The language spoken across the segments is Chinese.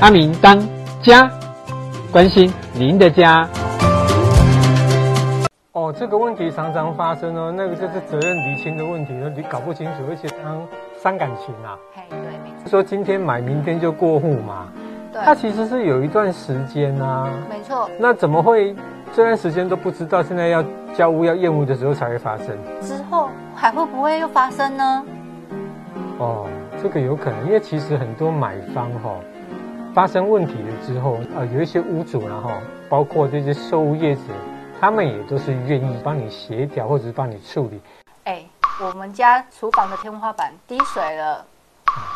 阿明当家，关心您的家。哦，这个问题常常发生哦，那个就是责任厘清的问题，你搞不清楚，而且伤伤感情啊。嘿，对，没错，说今天买，明天就过户嘛，它对，其实是有一段时间啊。没错，那怎么会这段时间都不知道？现在要交屋要验屋的时候才会发生之后还会不会又发生呢？哦，这个有可能，因为其实很多买方哈、发生问题了之后，呃，有一些屋主然后包括这些售屋业者，他们也都是愿意帮你协调或者是帮你处理。哎，我们家厨房的天花板滴水了。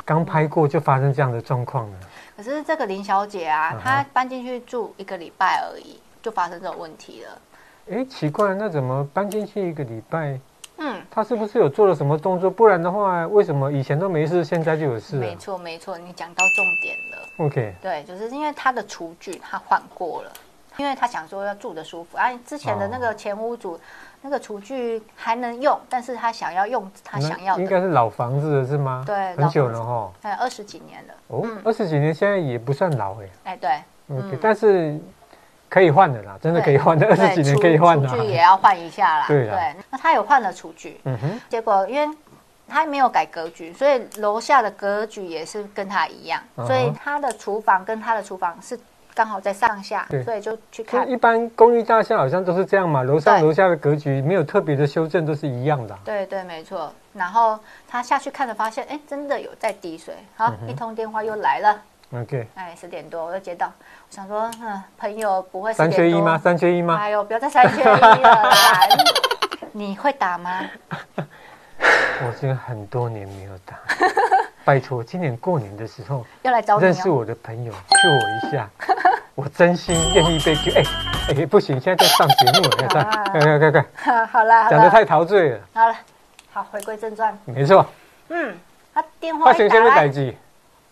刚拍过就发生这样的状况了，可是这个林小姐啊，嗯哼她搬进去住一个礼拜而已，就发生这种问题了。哎，奇怪，那怎么搬进去一个礼拜，嗯，他是不是有做了什么动作？不然的话，为什么以前都没事，现在就有事没了错没错，你讲到重点了。 ？OK，对，就是因为她的厨具她换过了，因为她想说要住的舒服。啊，之前的哦那个前屋主，那个厨具还能用，但是她想要用她想要应的，该是老房子了是吗？对很久了哈。哎，二十几年了。哦嗯，二十几年现在也不算老哎、哎，对， OK，、嗯但是可以换的啦，真的可以换的，二对十几年厨可以换的啊厨。具也要换一下啦。对啊啦那她有换了厨具，嗯哼，结果因为他没有改格局，所以楼下的格局也是跟他一样，嗯哼所以他的厨房跟他的厨房是刚好在上下对，所以就就去看。一般公寓大厦好像都是这样嘛，楼上对楼下的格局没有特别的修正，都是一样的啊、对对，没错。然后他下去看了，发现哎，真的有在滴水。好，嗯一通电话又来了， OK，哎，十点多我又接到，我想说，嗯，朋友不会三10缺点一多吗？三缺一吗？哎呦，不要再三缺一了啦！ 你你会打吗？我已经很多年没有打， 拜托，今年过年的时候，要来找你认识哦。我的朋友救我一 下，我真心愿意被救。哎、哎、不行，现在在上节目了，要上，啊快快快快， 好啦，好讲得啦，太陶醉了，好了，好，回归正传。没错，嗯，他电话花一钱打先被来逮鸡。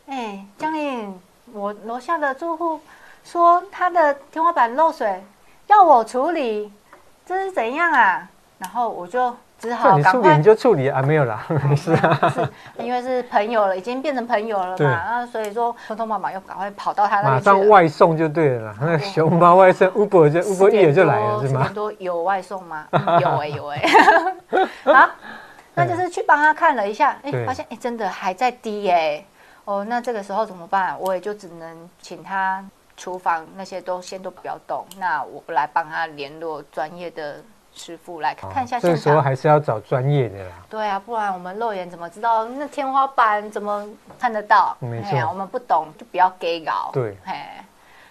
哎，江玲，我楼下的住户说他的天花板漏水，要我处理，这是怎样啊？然后我就只叫好你赶处理快你，就处理啊，没有啦， 没事啊。 是因为是朋友了，已经变成朋友了对嘛，啊，所以说匆匆忙忙又赶快跑到他那马边去了。上外送就对了啦，那个熊猫外送，Uber 就 Uber 10一眼点就多，来了是10吗点？多有外送 吗？嗯有哎、有哎、 好，那就是去帮他看了一下，哎、对发现哎、真的还在滴哎、哦，那这个时候怎么办？我也就只能请他厨房那些都先都不要动，那我来帮他联络专业的师傅来看一下这现个时候场。还是要找专业的啦。对啊，不然我们肉眼怎么知道那天花板怎么看得到？没错哎呀我们不懂就不要给搞。对嘿，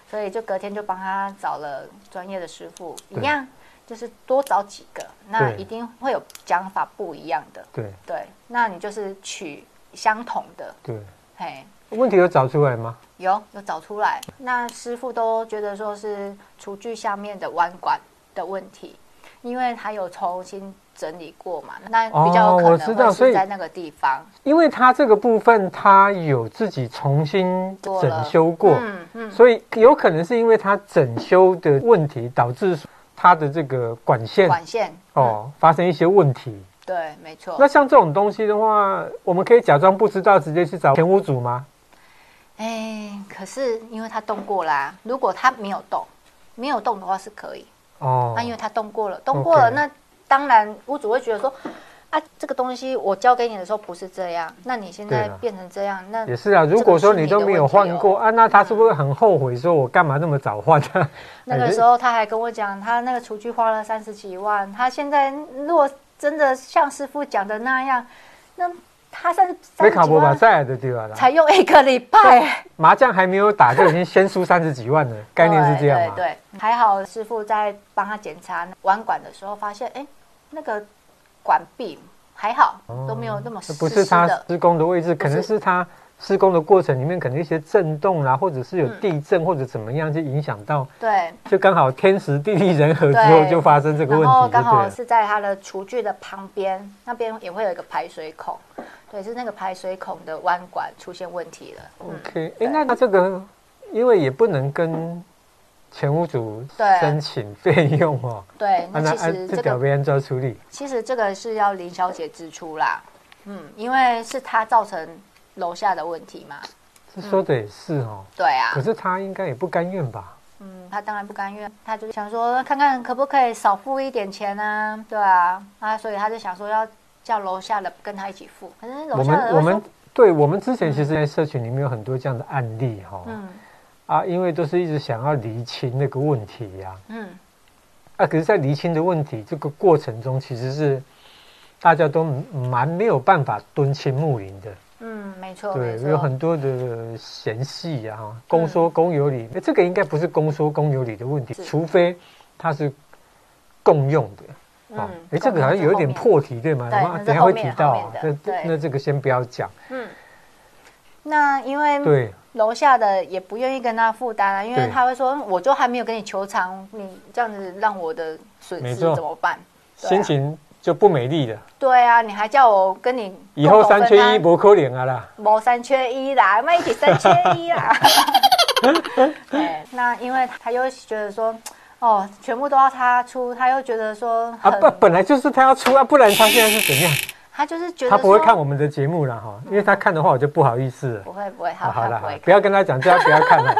所以就隔天就帮他找了专业的师傅，一对样就是多找几个，那对一定会有讲法不一样的。对对，那你就是取相同的，对，嘿，问题有找出来吗？有有找出来，那师傅都觉得说是厨具下面的弯管的问题，因为他有重新整理过嘛，那比较有哦我可知能道会所以是在那个地方。因为它这个部分它有自己重新做了整修过，嗯嗯，所以有可能是因为它整修的问题导致它的这个管线管线，嗯哦哦发生一些问题。对，没错那。像这种东西的话，我们可以假装不知道，直接去找前屋主吗？哎，可是因为他动过啦，如果他没有动，没有动的话是可以，啊哦那、因为他动过了，动过了 OK 那当然屋主会觉得说，啊，这个东西我交给你的时候不是这样，那你现在对啦变成这样，那也是啊，如果说你都没有换这个是你的过、啊，那他是不是很后悔？说我干嘛那么早换？ 哎那个时候候他还跟我讲，他那个厨具花了三十几万，他现在如果真的像师傅讲的那样，那他三十被三十卡几波把万塞尔的丢了啦，才用一个礼拜。麻将还没有打就已经先输三十几万 了， 概念是这样嘛？对对对，还好师傅在帮他检查弯管的时候，发现哎，那个管壁还好，都没有那么湿哦这湿不是他的。施工的位置，可能是他施工的过程里面可能一些震动啦，或者是有地震或者怎么样，就影响到，对，就刚好天时地利人和之后对就发生这个问嗯题，然后就对刚好了。是在他的厨具的旁边，那边也会有一个排水孔，对，是那个排水孔的弯管出现问题了。嗯， OK，哎、对那他这个因为也不能跟前屋主对申请费用哦，对，啊那那其啊实这这表个被按照处理。其实这个是要林小姐支出啦，嗯，因为是她造成楼下的问题嘛，说的也是哦，对啊可，是他应该也不甘愿吧？嗯，他当然不甘愿，他就想说看看可不可以少付一点钱啊，对啊，啊，所以他就想说要叫楼下的跟他一起付，可是啊我楼下们的会我说们，对我们之前其实，在社群里面有很多这样的案例哈、嗯啊，因为都是一直想要厘清那个问题呀、嗯，啊，可是，在厘清的问题这个过程中，其实是大家都蛮没有办法敦亲睦邻的，嗯，没错，没对，错，嗯有很多的嫌隙呀、哈，公说公有理，诶这个应该不是公说公有理的问题，是除非它是共用的。嗯哦，哎，这个好像有一点，破题，对吗？对我们等那一是下后会面提后到面啊，的那对那这个先不要讲。嗯。那因为对，楼下的也不愿意跟他负担啊，因为对他会说，我就还没有跟你求偿，你这样子让我的损没失错怎么办？对啊心情就不美丽了。对啊，你还叫我跟你以后共同三分缺一担不可怜啊啦。谋三缺一啦，那一起三缺 一啦。 对，那因为他又觉得说，哦，全部都要他出，他又觉得说啊很，不，本来就是他要出啊，不然他现在是怎样？他就是觉得他不会看我，我们的节目了哈，因为他看的话我就不好意思了。不会不会，他啊好嗯他了，不好了会不看，要跟他讲，叫他不要 看了。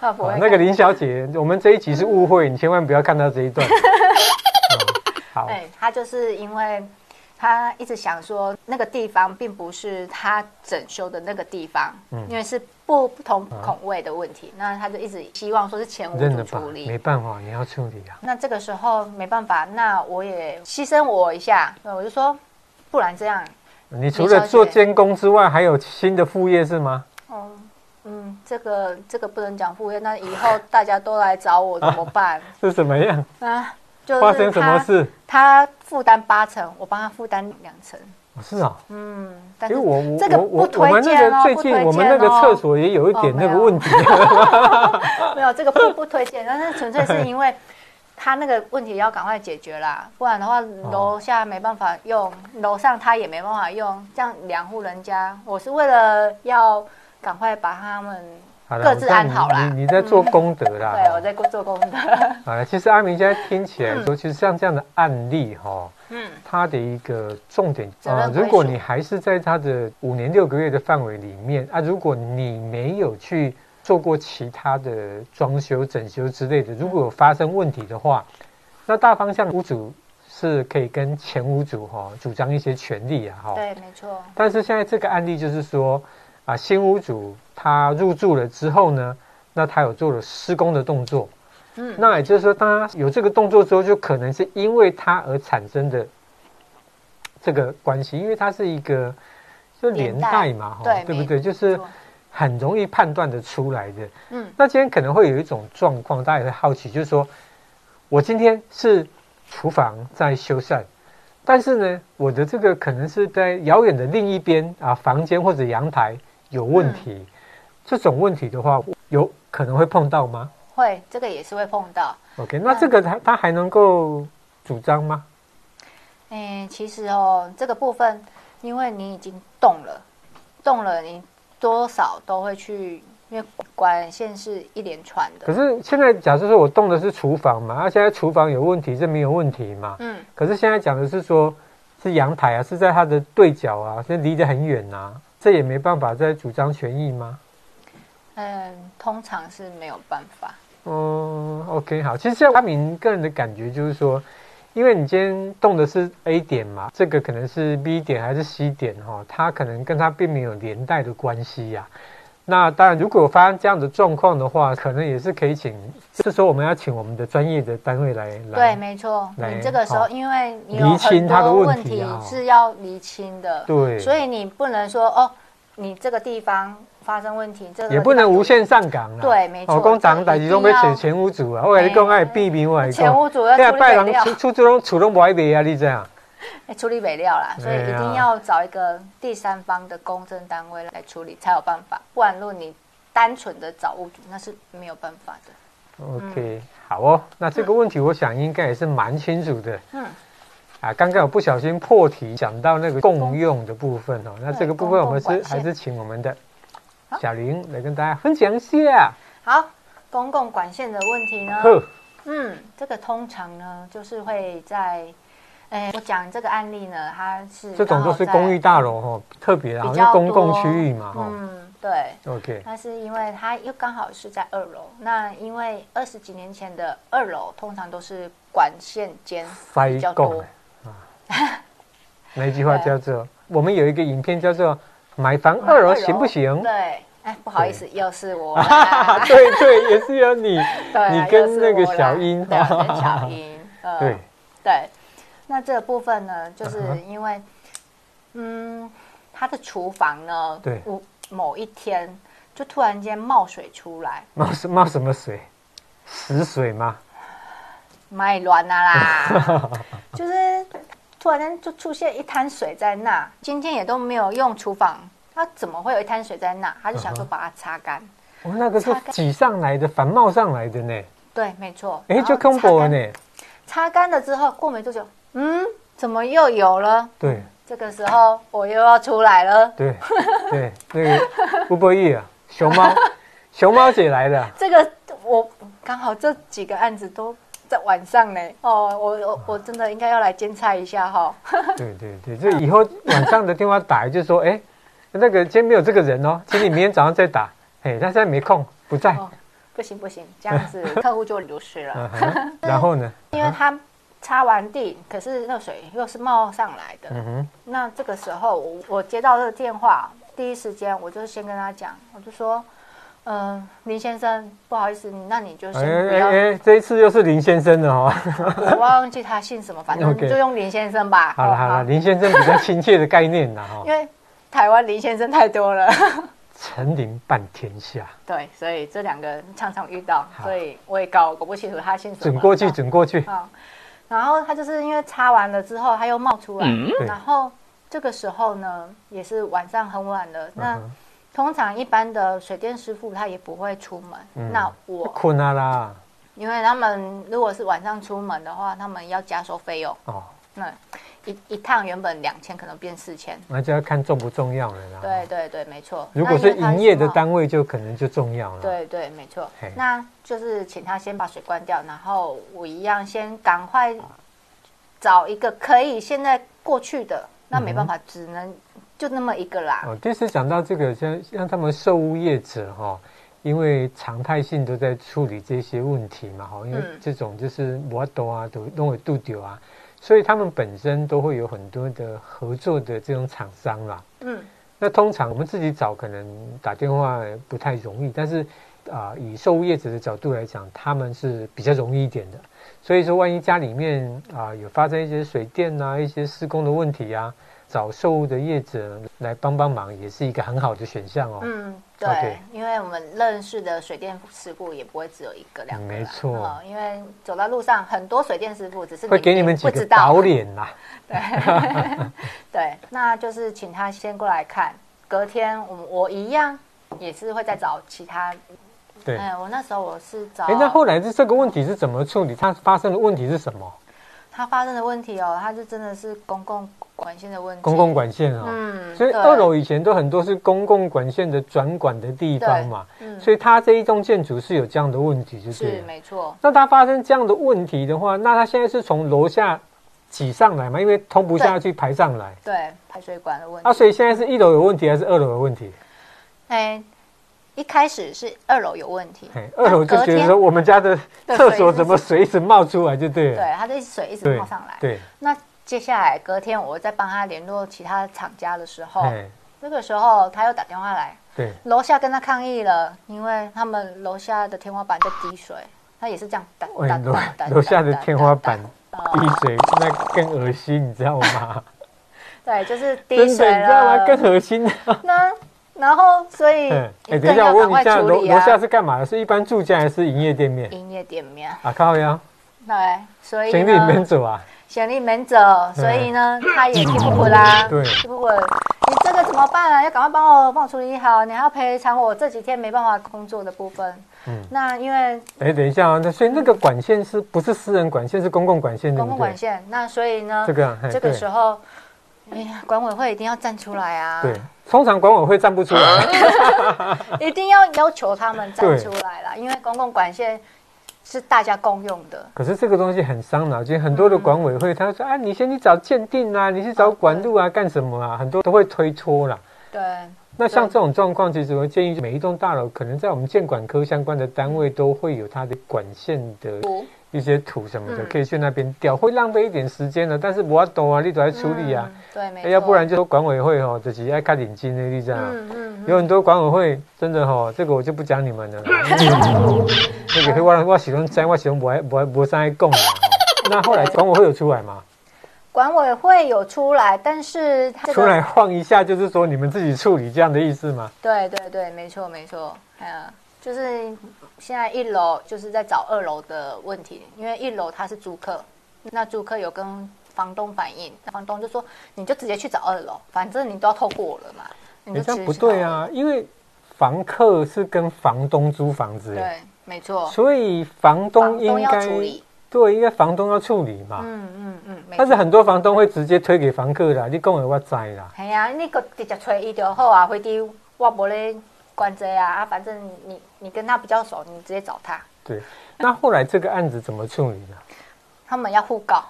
他不会啊看那个林小姐，我们这一集是误会，你千万不要看到这一 段。嗯好，对，他就是因为他一直想说那个地方并不是他整修的那个地方，嗯因为是不不同孔位的问题，那他就一直希望说是前屋认主了吧处，理，没办法，你要处理啊。那这个时候没办法，那我也牺牲我一下，对我就说，不然这样，你除了做监工之外，还有新的副业是吗？嗯嗯，这个这个不能讲副业，那以后大家都来找我怎么办？ 是怎么样？啊，就是发生什么他事？他负担八成，我帮他负担两成，哦是啊，嗯，但因是为我我这个我我不我们那推荐个哦，最不近推荐我们那个厕哦所也有一点哦那没个有问题， 没有这个不不推荐，但是纯粹是因为 他那个问题要赶快解决啦，不然的话哦楼下没办法用，楼上他也没办法用，这样两户人家，我是为了要赶快把他们，好啦各我自知道安你好啦嗯你你在做功德啦。对我嗯在做功德，好了，其实阿明现在听起来说，其实像这样的案例哈、嗯，它的一个重点呃责任归属如果你还是在它的五年六个月的范围里面啊，如果你没有去做过其他的装修、整修之类的，如果有发生问题的话，那大方向屋主是可以跟前屋主哈、主张一些权利啊哈、 对，没错，但是现在这个案例就是说，啊，新屋主他入住了之后呢，那他有做了施工的动作，嗯，那也就是说，当他有这个动作之后，就可能是因为他而产生的这个关系，因为它是一个就连带嘛，吼连带对哦对不没对？就是很容易判断的出来的。嗯那今天可能会有一种状况，大家也会好奇，就是说我今天是厨房在修缮，但是呢，我的这个可能是在遥远的另一边啊，房间或者阳台有问题。这种问题的话，有可能会碰到吗会这个也是会碰到， ？OK，那这个他他还能够主张吗？哎，其实哦这个部分，因为你已经动了，动了你多少都会去。因为管线是一连串可的，是现在假设说我动的是厨房嘛，啊，现在厨房有问题，这没有问题嘛？嗯，可是现在讲的是说，是阳台啊，是在它的对角啊，是离得很远啊，这也没办法再主张权益吗？嗯，通常是没有办法。嗯，OK，好。其实像阿明个人的感觉就是说，因为你今天动的是 A 点嘛，这个可能是 B 点还是 C 点哈、哦，它可能跟它并没有连带的关系呀、那当然，如果发生这样的状况的话，可能也是可以请，这时候我们要请我们的专业的单位来对，来没错。来你这个时候，好因为你厘有清很他的多问问题题啊是要厘清的，对所以你不能说哦，你这个地方发生问题，这个也不能地方无限上岗啦。对没错哦，工厂代志拢要找前屋主啊，我跟你讲，嘿爱避免我跟你讲嗯前屋主要对啊，处拜理北人料出，出租拢厝拢不爱卖啊，你这样。哎处理北料啦，所以一哎呀定要找一个第三方的公证单位来处理才有办法，不然如果你单纯的找屋主，那是没有办法的。嗯 OK，、好哦，那这个问题我想应该也是蛮清楚的。嗯，啊，刚刚我不小心破题，讲到那个共用的部分哦，那这个部分我们公是嗯共管线还是请我们的好小林来跟大家分享一下。好，公共管线的问题呢？呵，嗯，这个通常呢，就是会在，诶、我讲这个案例呢，它是这种都是公寓刚大楼哦，特别啊，好在因比为较公多共区域嘛，哦，嗯，对， OK，但是因为它又刚好是在二楼，那因为二十几年前的二楼通常都是管线间塞比较 供多啊，，那一句话叫做，我们有一个影片叫做“买房 二楼行不行。对，哎，不好意思，又是我啦，” 对对，也是要 你，对啊，你跟又是那个我啦小英 对啊，跟小英，呃对，对，那这个部分呢，就是嗯哼因为，嗯，他的厨房呢，对我某一天就突然间冒水出来，冒什冒什么水？死水吗？卖乱啊 啦，就是突然间就出现一滩水在那，今天也都没有用厨房，他怎么会有一滩水在那？他就嗯想说把它擦干，哦，那个是擦干挤上来的，反冒上来的呢。对，没错，哎，然就后啊擦 combo 干，呢？擦干了之后过没多久，嗯，怎么又有了？对这个时候我又要出来了。对对，那个吴伯义啊，熊 猫，熊猫姐来了。这个我刚好这几个案子都在晚上呢。哦，我我我真的应该要来监察一下哈、对对对，这以后晚上的电话打来就说，哎，那个今天没有这个人哦，请你明天早上再打。哎，他现在没空，不在。哦。不行不行，这样子客户就流失了，嗯哼，然后呢？因为他擦完地，可是那水又是冒上来的。嗯哼，那这个时候我我接到这个电话，第一时间我就先跟他讲，我就说，嗯、林先生，不好意思，那你就哎先不哎要，哎，这一次又是林先生了哦。 我忘记他姓什么，反正 OK 就用林先生吧。哦好了好了，林先生比较亲切的概念啦哦哈因。为台湾林先生太多了， 陈林半天下，对，所以这两个常常遇到好，所以我也搞搞不清楚他姓什么。准过去，准过去。啊、然后他就是因为擦完了之后，他又冒出来，对然后这个时候呢，也是晚上很晚了。那、嗯通常一般的水电师傅他也不会出门，嗯那我困啊啦，因为他们如果是晚上出门的话，他们要加收费用，哦，那一一趟原本两千可能变四千。那就要看重不重要了啦。对，对对，没错。如那果因为是他营业的冒单位，就可能就重要了。，哦对对，没错嘿。那就是请他先把水关掉，然后我一样先赶快找一个可以现在过去的。那没办法，只能就那么一个啦。嗯哦，第四讲到这个，像像他们受物业者哈、哦，因为常态性都在处理这些问题嘛，哈、因为嗯这种就是摩斗啊，都弄个度丢啊，所以他们本身都会有很多的合作的这种厂商啦。嗯，那通常我们自己找可能打电话不太容易，但是啊、以售物业者的角度来讲，他们是比较容易一点的。所以说，万一家里面啊、有发生一些水电啊、一些施工的问题啊，找售物的业者来帮帮忙，也是一个很好的选项哦。嗯，对 OK 因为我们认识的水电师傅也不会只有一个两个啦，没错嗯因为走到路上很多水电师傅，只是会给你们几不个知道导脸啦，对，那就是请他先过来看，隔天我们我一样也是会再找其他。对。嗯，我那时候我是找。哎，那后来是这个问题是怎么处理？它发生的问题是什么？嗯它发生的问题哦，它就真的是公共管线的问题。公共管线哦，嗯，所以对二楼以前都很多是公共管线的转管的地方嘛。嗯所以它这一栋建筑是有这样的问题，就是对了。没错，那它发生这样的问题的话，那它现在是从楼下挤上来嘛？因为通不下去，排上来对排水管的问啊，题。所以现在是一楼有问题还是二楼有问题？哎、一开始是二楼有问题，嘿二楼就觉得说我们家的对厕所怎么水一直冒出来，就对了。对，它的水一直对冒上来。对，那接下来隔天我再帮他联络其他厂家的时候，哎这个时候他又打电话来，对，楼下跟他抗议了，因为他们楼下的天花板在滴水，他也是这样打打哎楼打打楼下的天花板打滴水，那更恶心，你知道吗？对，就是 滴真的，你水知道吗？了。更恶 心。那然后，所以哎，更等一下，要我问赶一快下，处楼理啊楼下是干嘛的？是一般住家还是营业店面？营业店面，啊，靠呀，对，所以行李呢门，走啊。行李门走，所以呢，他也气不滚啦，对气不滚，你这个怎么办啊？要赶快帮我帮我处理好，你还要赔偿我这几天没办法工作的部分。嗯那因为哎，等一下啊，那所以那个管线是不是私人管线？是公共管线，对公不嗯共对？管线，那所以呢这，个啊嘿这个对时候，哎呀，管委会一定要站出来啊，对，通常管委会站不出来，一定要要求他们对站出来啦，因为公共管线是大家公用的。可是这个东西很伤脑筋。很多嗯的管委会他说啊，哦你先去找鉴定啊，你去找管路啊，干什么啊？很多都会推脱啦。对，那像这种状况，其实我建议每一栋大楼，可能在我们建管科相关的单位都会有它的管线的不一些土什么的，嗯可以去那边调，会浪费一点时间的。但是不要懂啊，你都在处理啊，，嗯对，没哎错，要不然就说管委会哦，就是爱看眼睛的，你知道吗？嗯嗯，有嗯很多管委会真的哦，这个我就不讲你们了。那个我我喜欢摘，我喜欢不爱不爱不爱供的。那后来管委会有出来吗？管委会有出来，但是他这出来个晃一下，就是说你们自己处理这样的意思吗？对对对，没错没错，嗯，就是现在一楼就是在找二楼的问题，因为一楼他是租客，那租客有跟房东反映，房东就说你就直接去找二楼，反正你都要透过我了嘛，你你就这样直接不去找二楼对，啊，因为房客是跟房东租房子，对，没错，所以房东房应东要该啊处理，对，应该房东要处理嘛。嗯嗯嗯，没但是错。很多房东会直接推给房客啦，你讲的我知啦。系啊，你个直接找伊就好啊，非得我无咧管这啊，啊，反正你你你跟他比较熟，你直接找他，对，那后来这个案子怎么处理呢？他们要互告，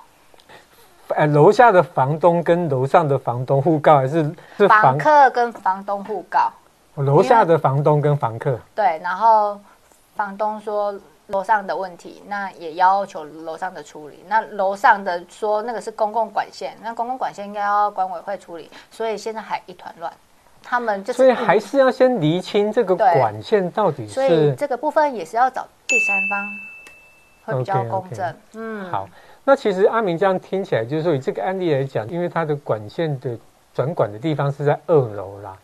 呃，楼下的房东跟楼上的房东互告，还是是房房哦客跟房东互告，楼下的房东跟房客？对，然后房东说楼上的问题，那也要求楼上的处理，那楼上的说那个是公共管线，那公共管线应该要管委会处理，所以现在还一团乱，他们就是所以还是要先厘清这个对管线到底所以是这个部分也是要找第三方会比较 OK，OK 公正，嗯，好。那其实阿明这样听起来，就是说以这个案例来讲，因为它的管线的转管的地方是在二楼啦。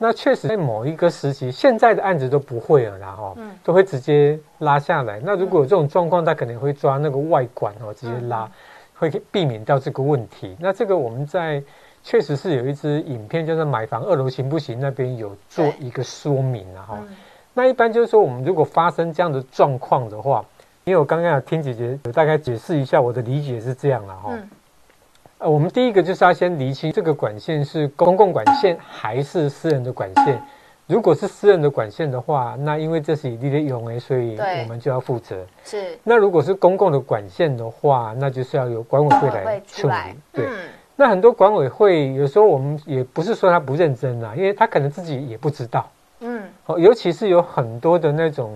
那确实在某一个时期，现在的案子都不会了啦，哈、嗯都会直接拉下来。那如果有这种状况，他可能会抓那个外管哦，直接拉，嗯会避免掉这个问题。那这个我们在确实是有一支影片，就是买房二楼行不行那边有做对一个说明啊，哈、嗯那一般就是说，我们如果发生这样的状况的话，因为我刚刚有听姐姐有大概解释一下，我的理解是这样了哈、嗯呃，我们第一个就是要先厘清这个管线是公共管线还是私人的管线。如果是私人的管线的话，那因为这是以利的用诶，所以对我们就要负责。是那如果是公共的管线的话，那就是要由管委会来管委会处呃出理来。，对，嗯那很多管委会有时候我们也不是说他不认真啊，因为他可能自己也不知道。嗯，哦，尤其是有很多的那种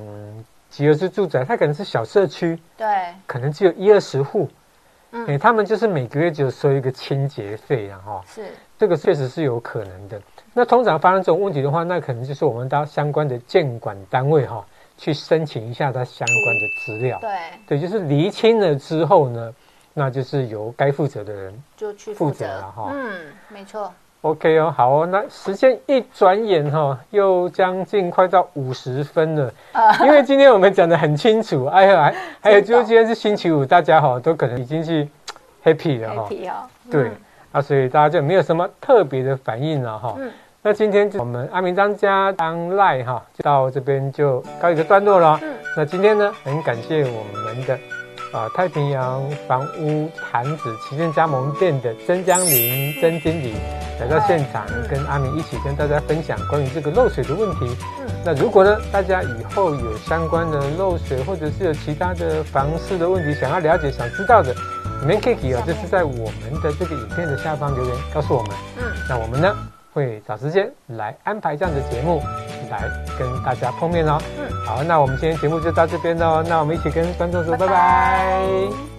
集合式住宅，它可能是小社区，对，可能只有一二十户，嗯哎、他们就是每个月只有收一个清洁费啊，哈、是这个确实是有可能的。那通常发生这种问题的话，那可能就是我们到相关的监管单位哈、去申请一下它相关的资料。对，对，就是厘清了之后呢，那就是由该负责的人。就去负负责责了哈嗯，没错， OK 哦，好哦，那时间一转眼哈、哦，又将近快到五十分了。呃，因为今天我们讲的很清楚，哎呀，还还有就是真的今天是星期五，大家哈都可能已经去 happy 了哈， happy 哦，对嗯啊，所以大家就没有什么特别的反应了哈。嗯那今天就我们阿明当家当赖哈，就到这边就告一个段落了。嗯那今天呢，很感谢我们的啊、太平洋房屋坛子旗舰加盟店的曾江林曾经理来到现场，嗯跟阿明一起跟大家分享关于这个漏水的问题。嗯，那如果呢，大家以后有相关的漏水或者是有其他的房事的问题想要了解、想知道的，你们可以哦，就是在我们的这个影片的下方留言告诉我们。嗯，那我们呢会找时间来安排这样的节目来跟大家碰面哦。嗯，哦好，那我们今天节目就到这边喽，那我们一起跟观众说拜拜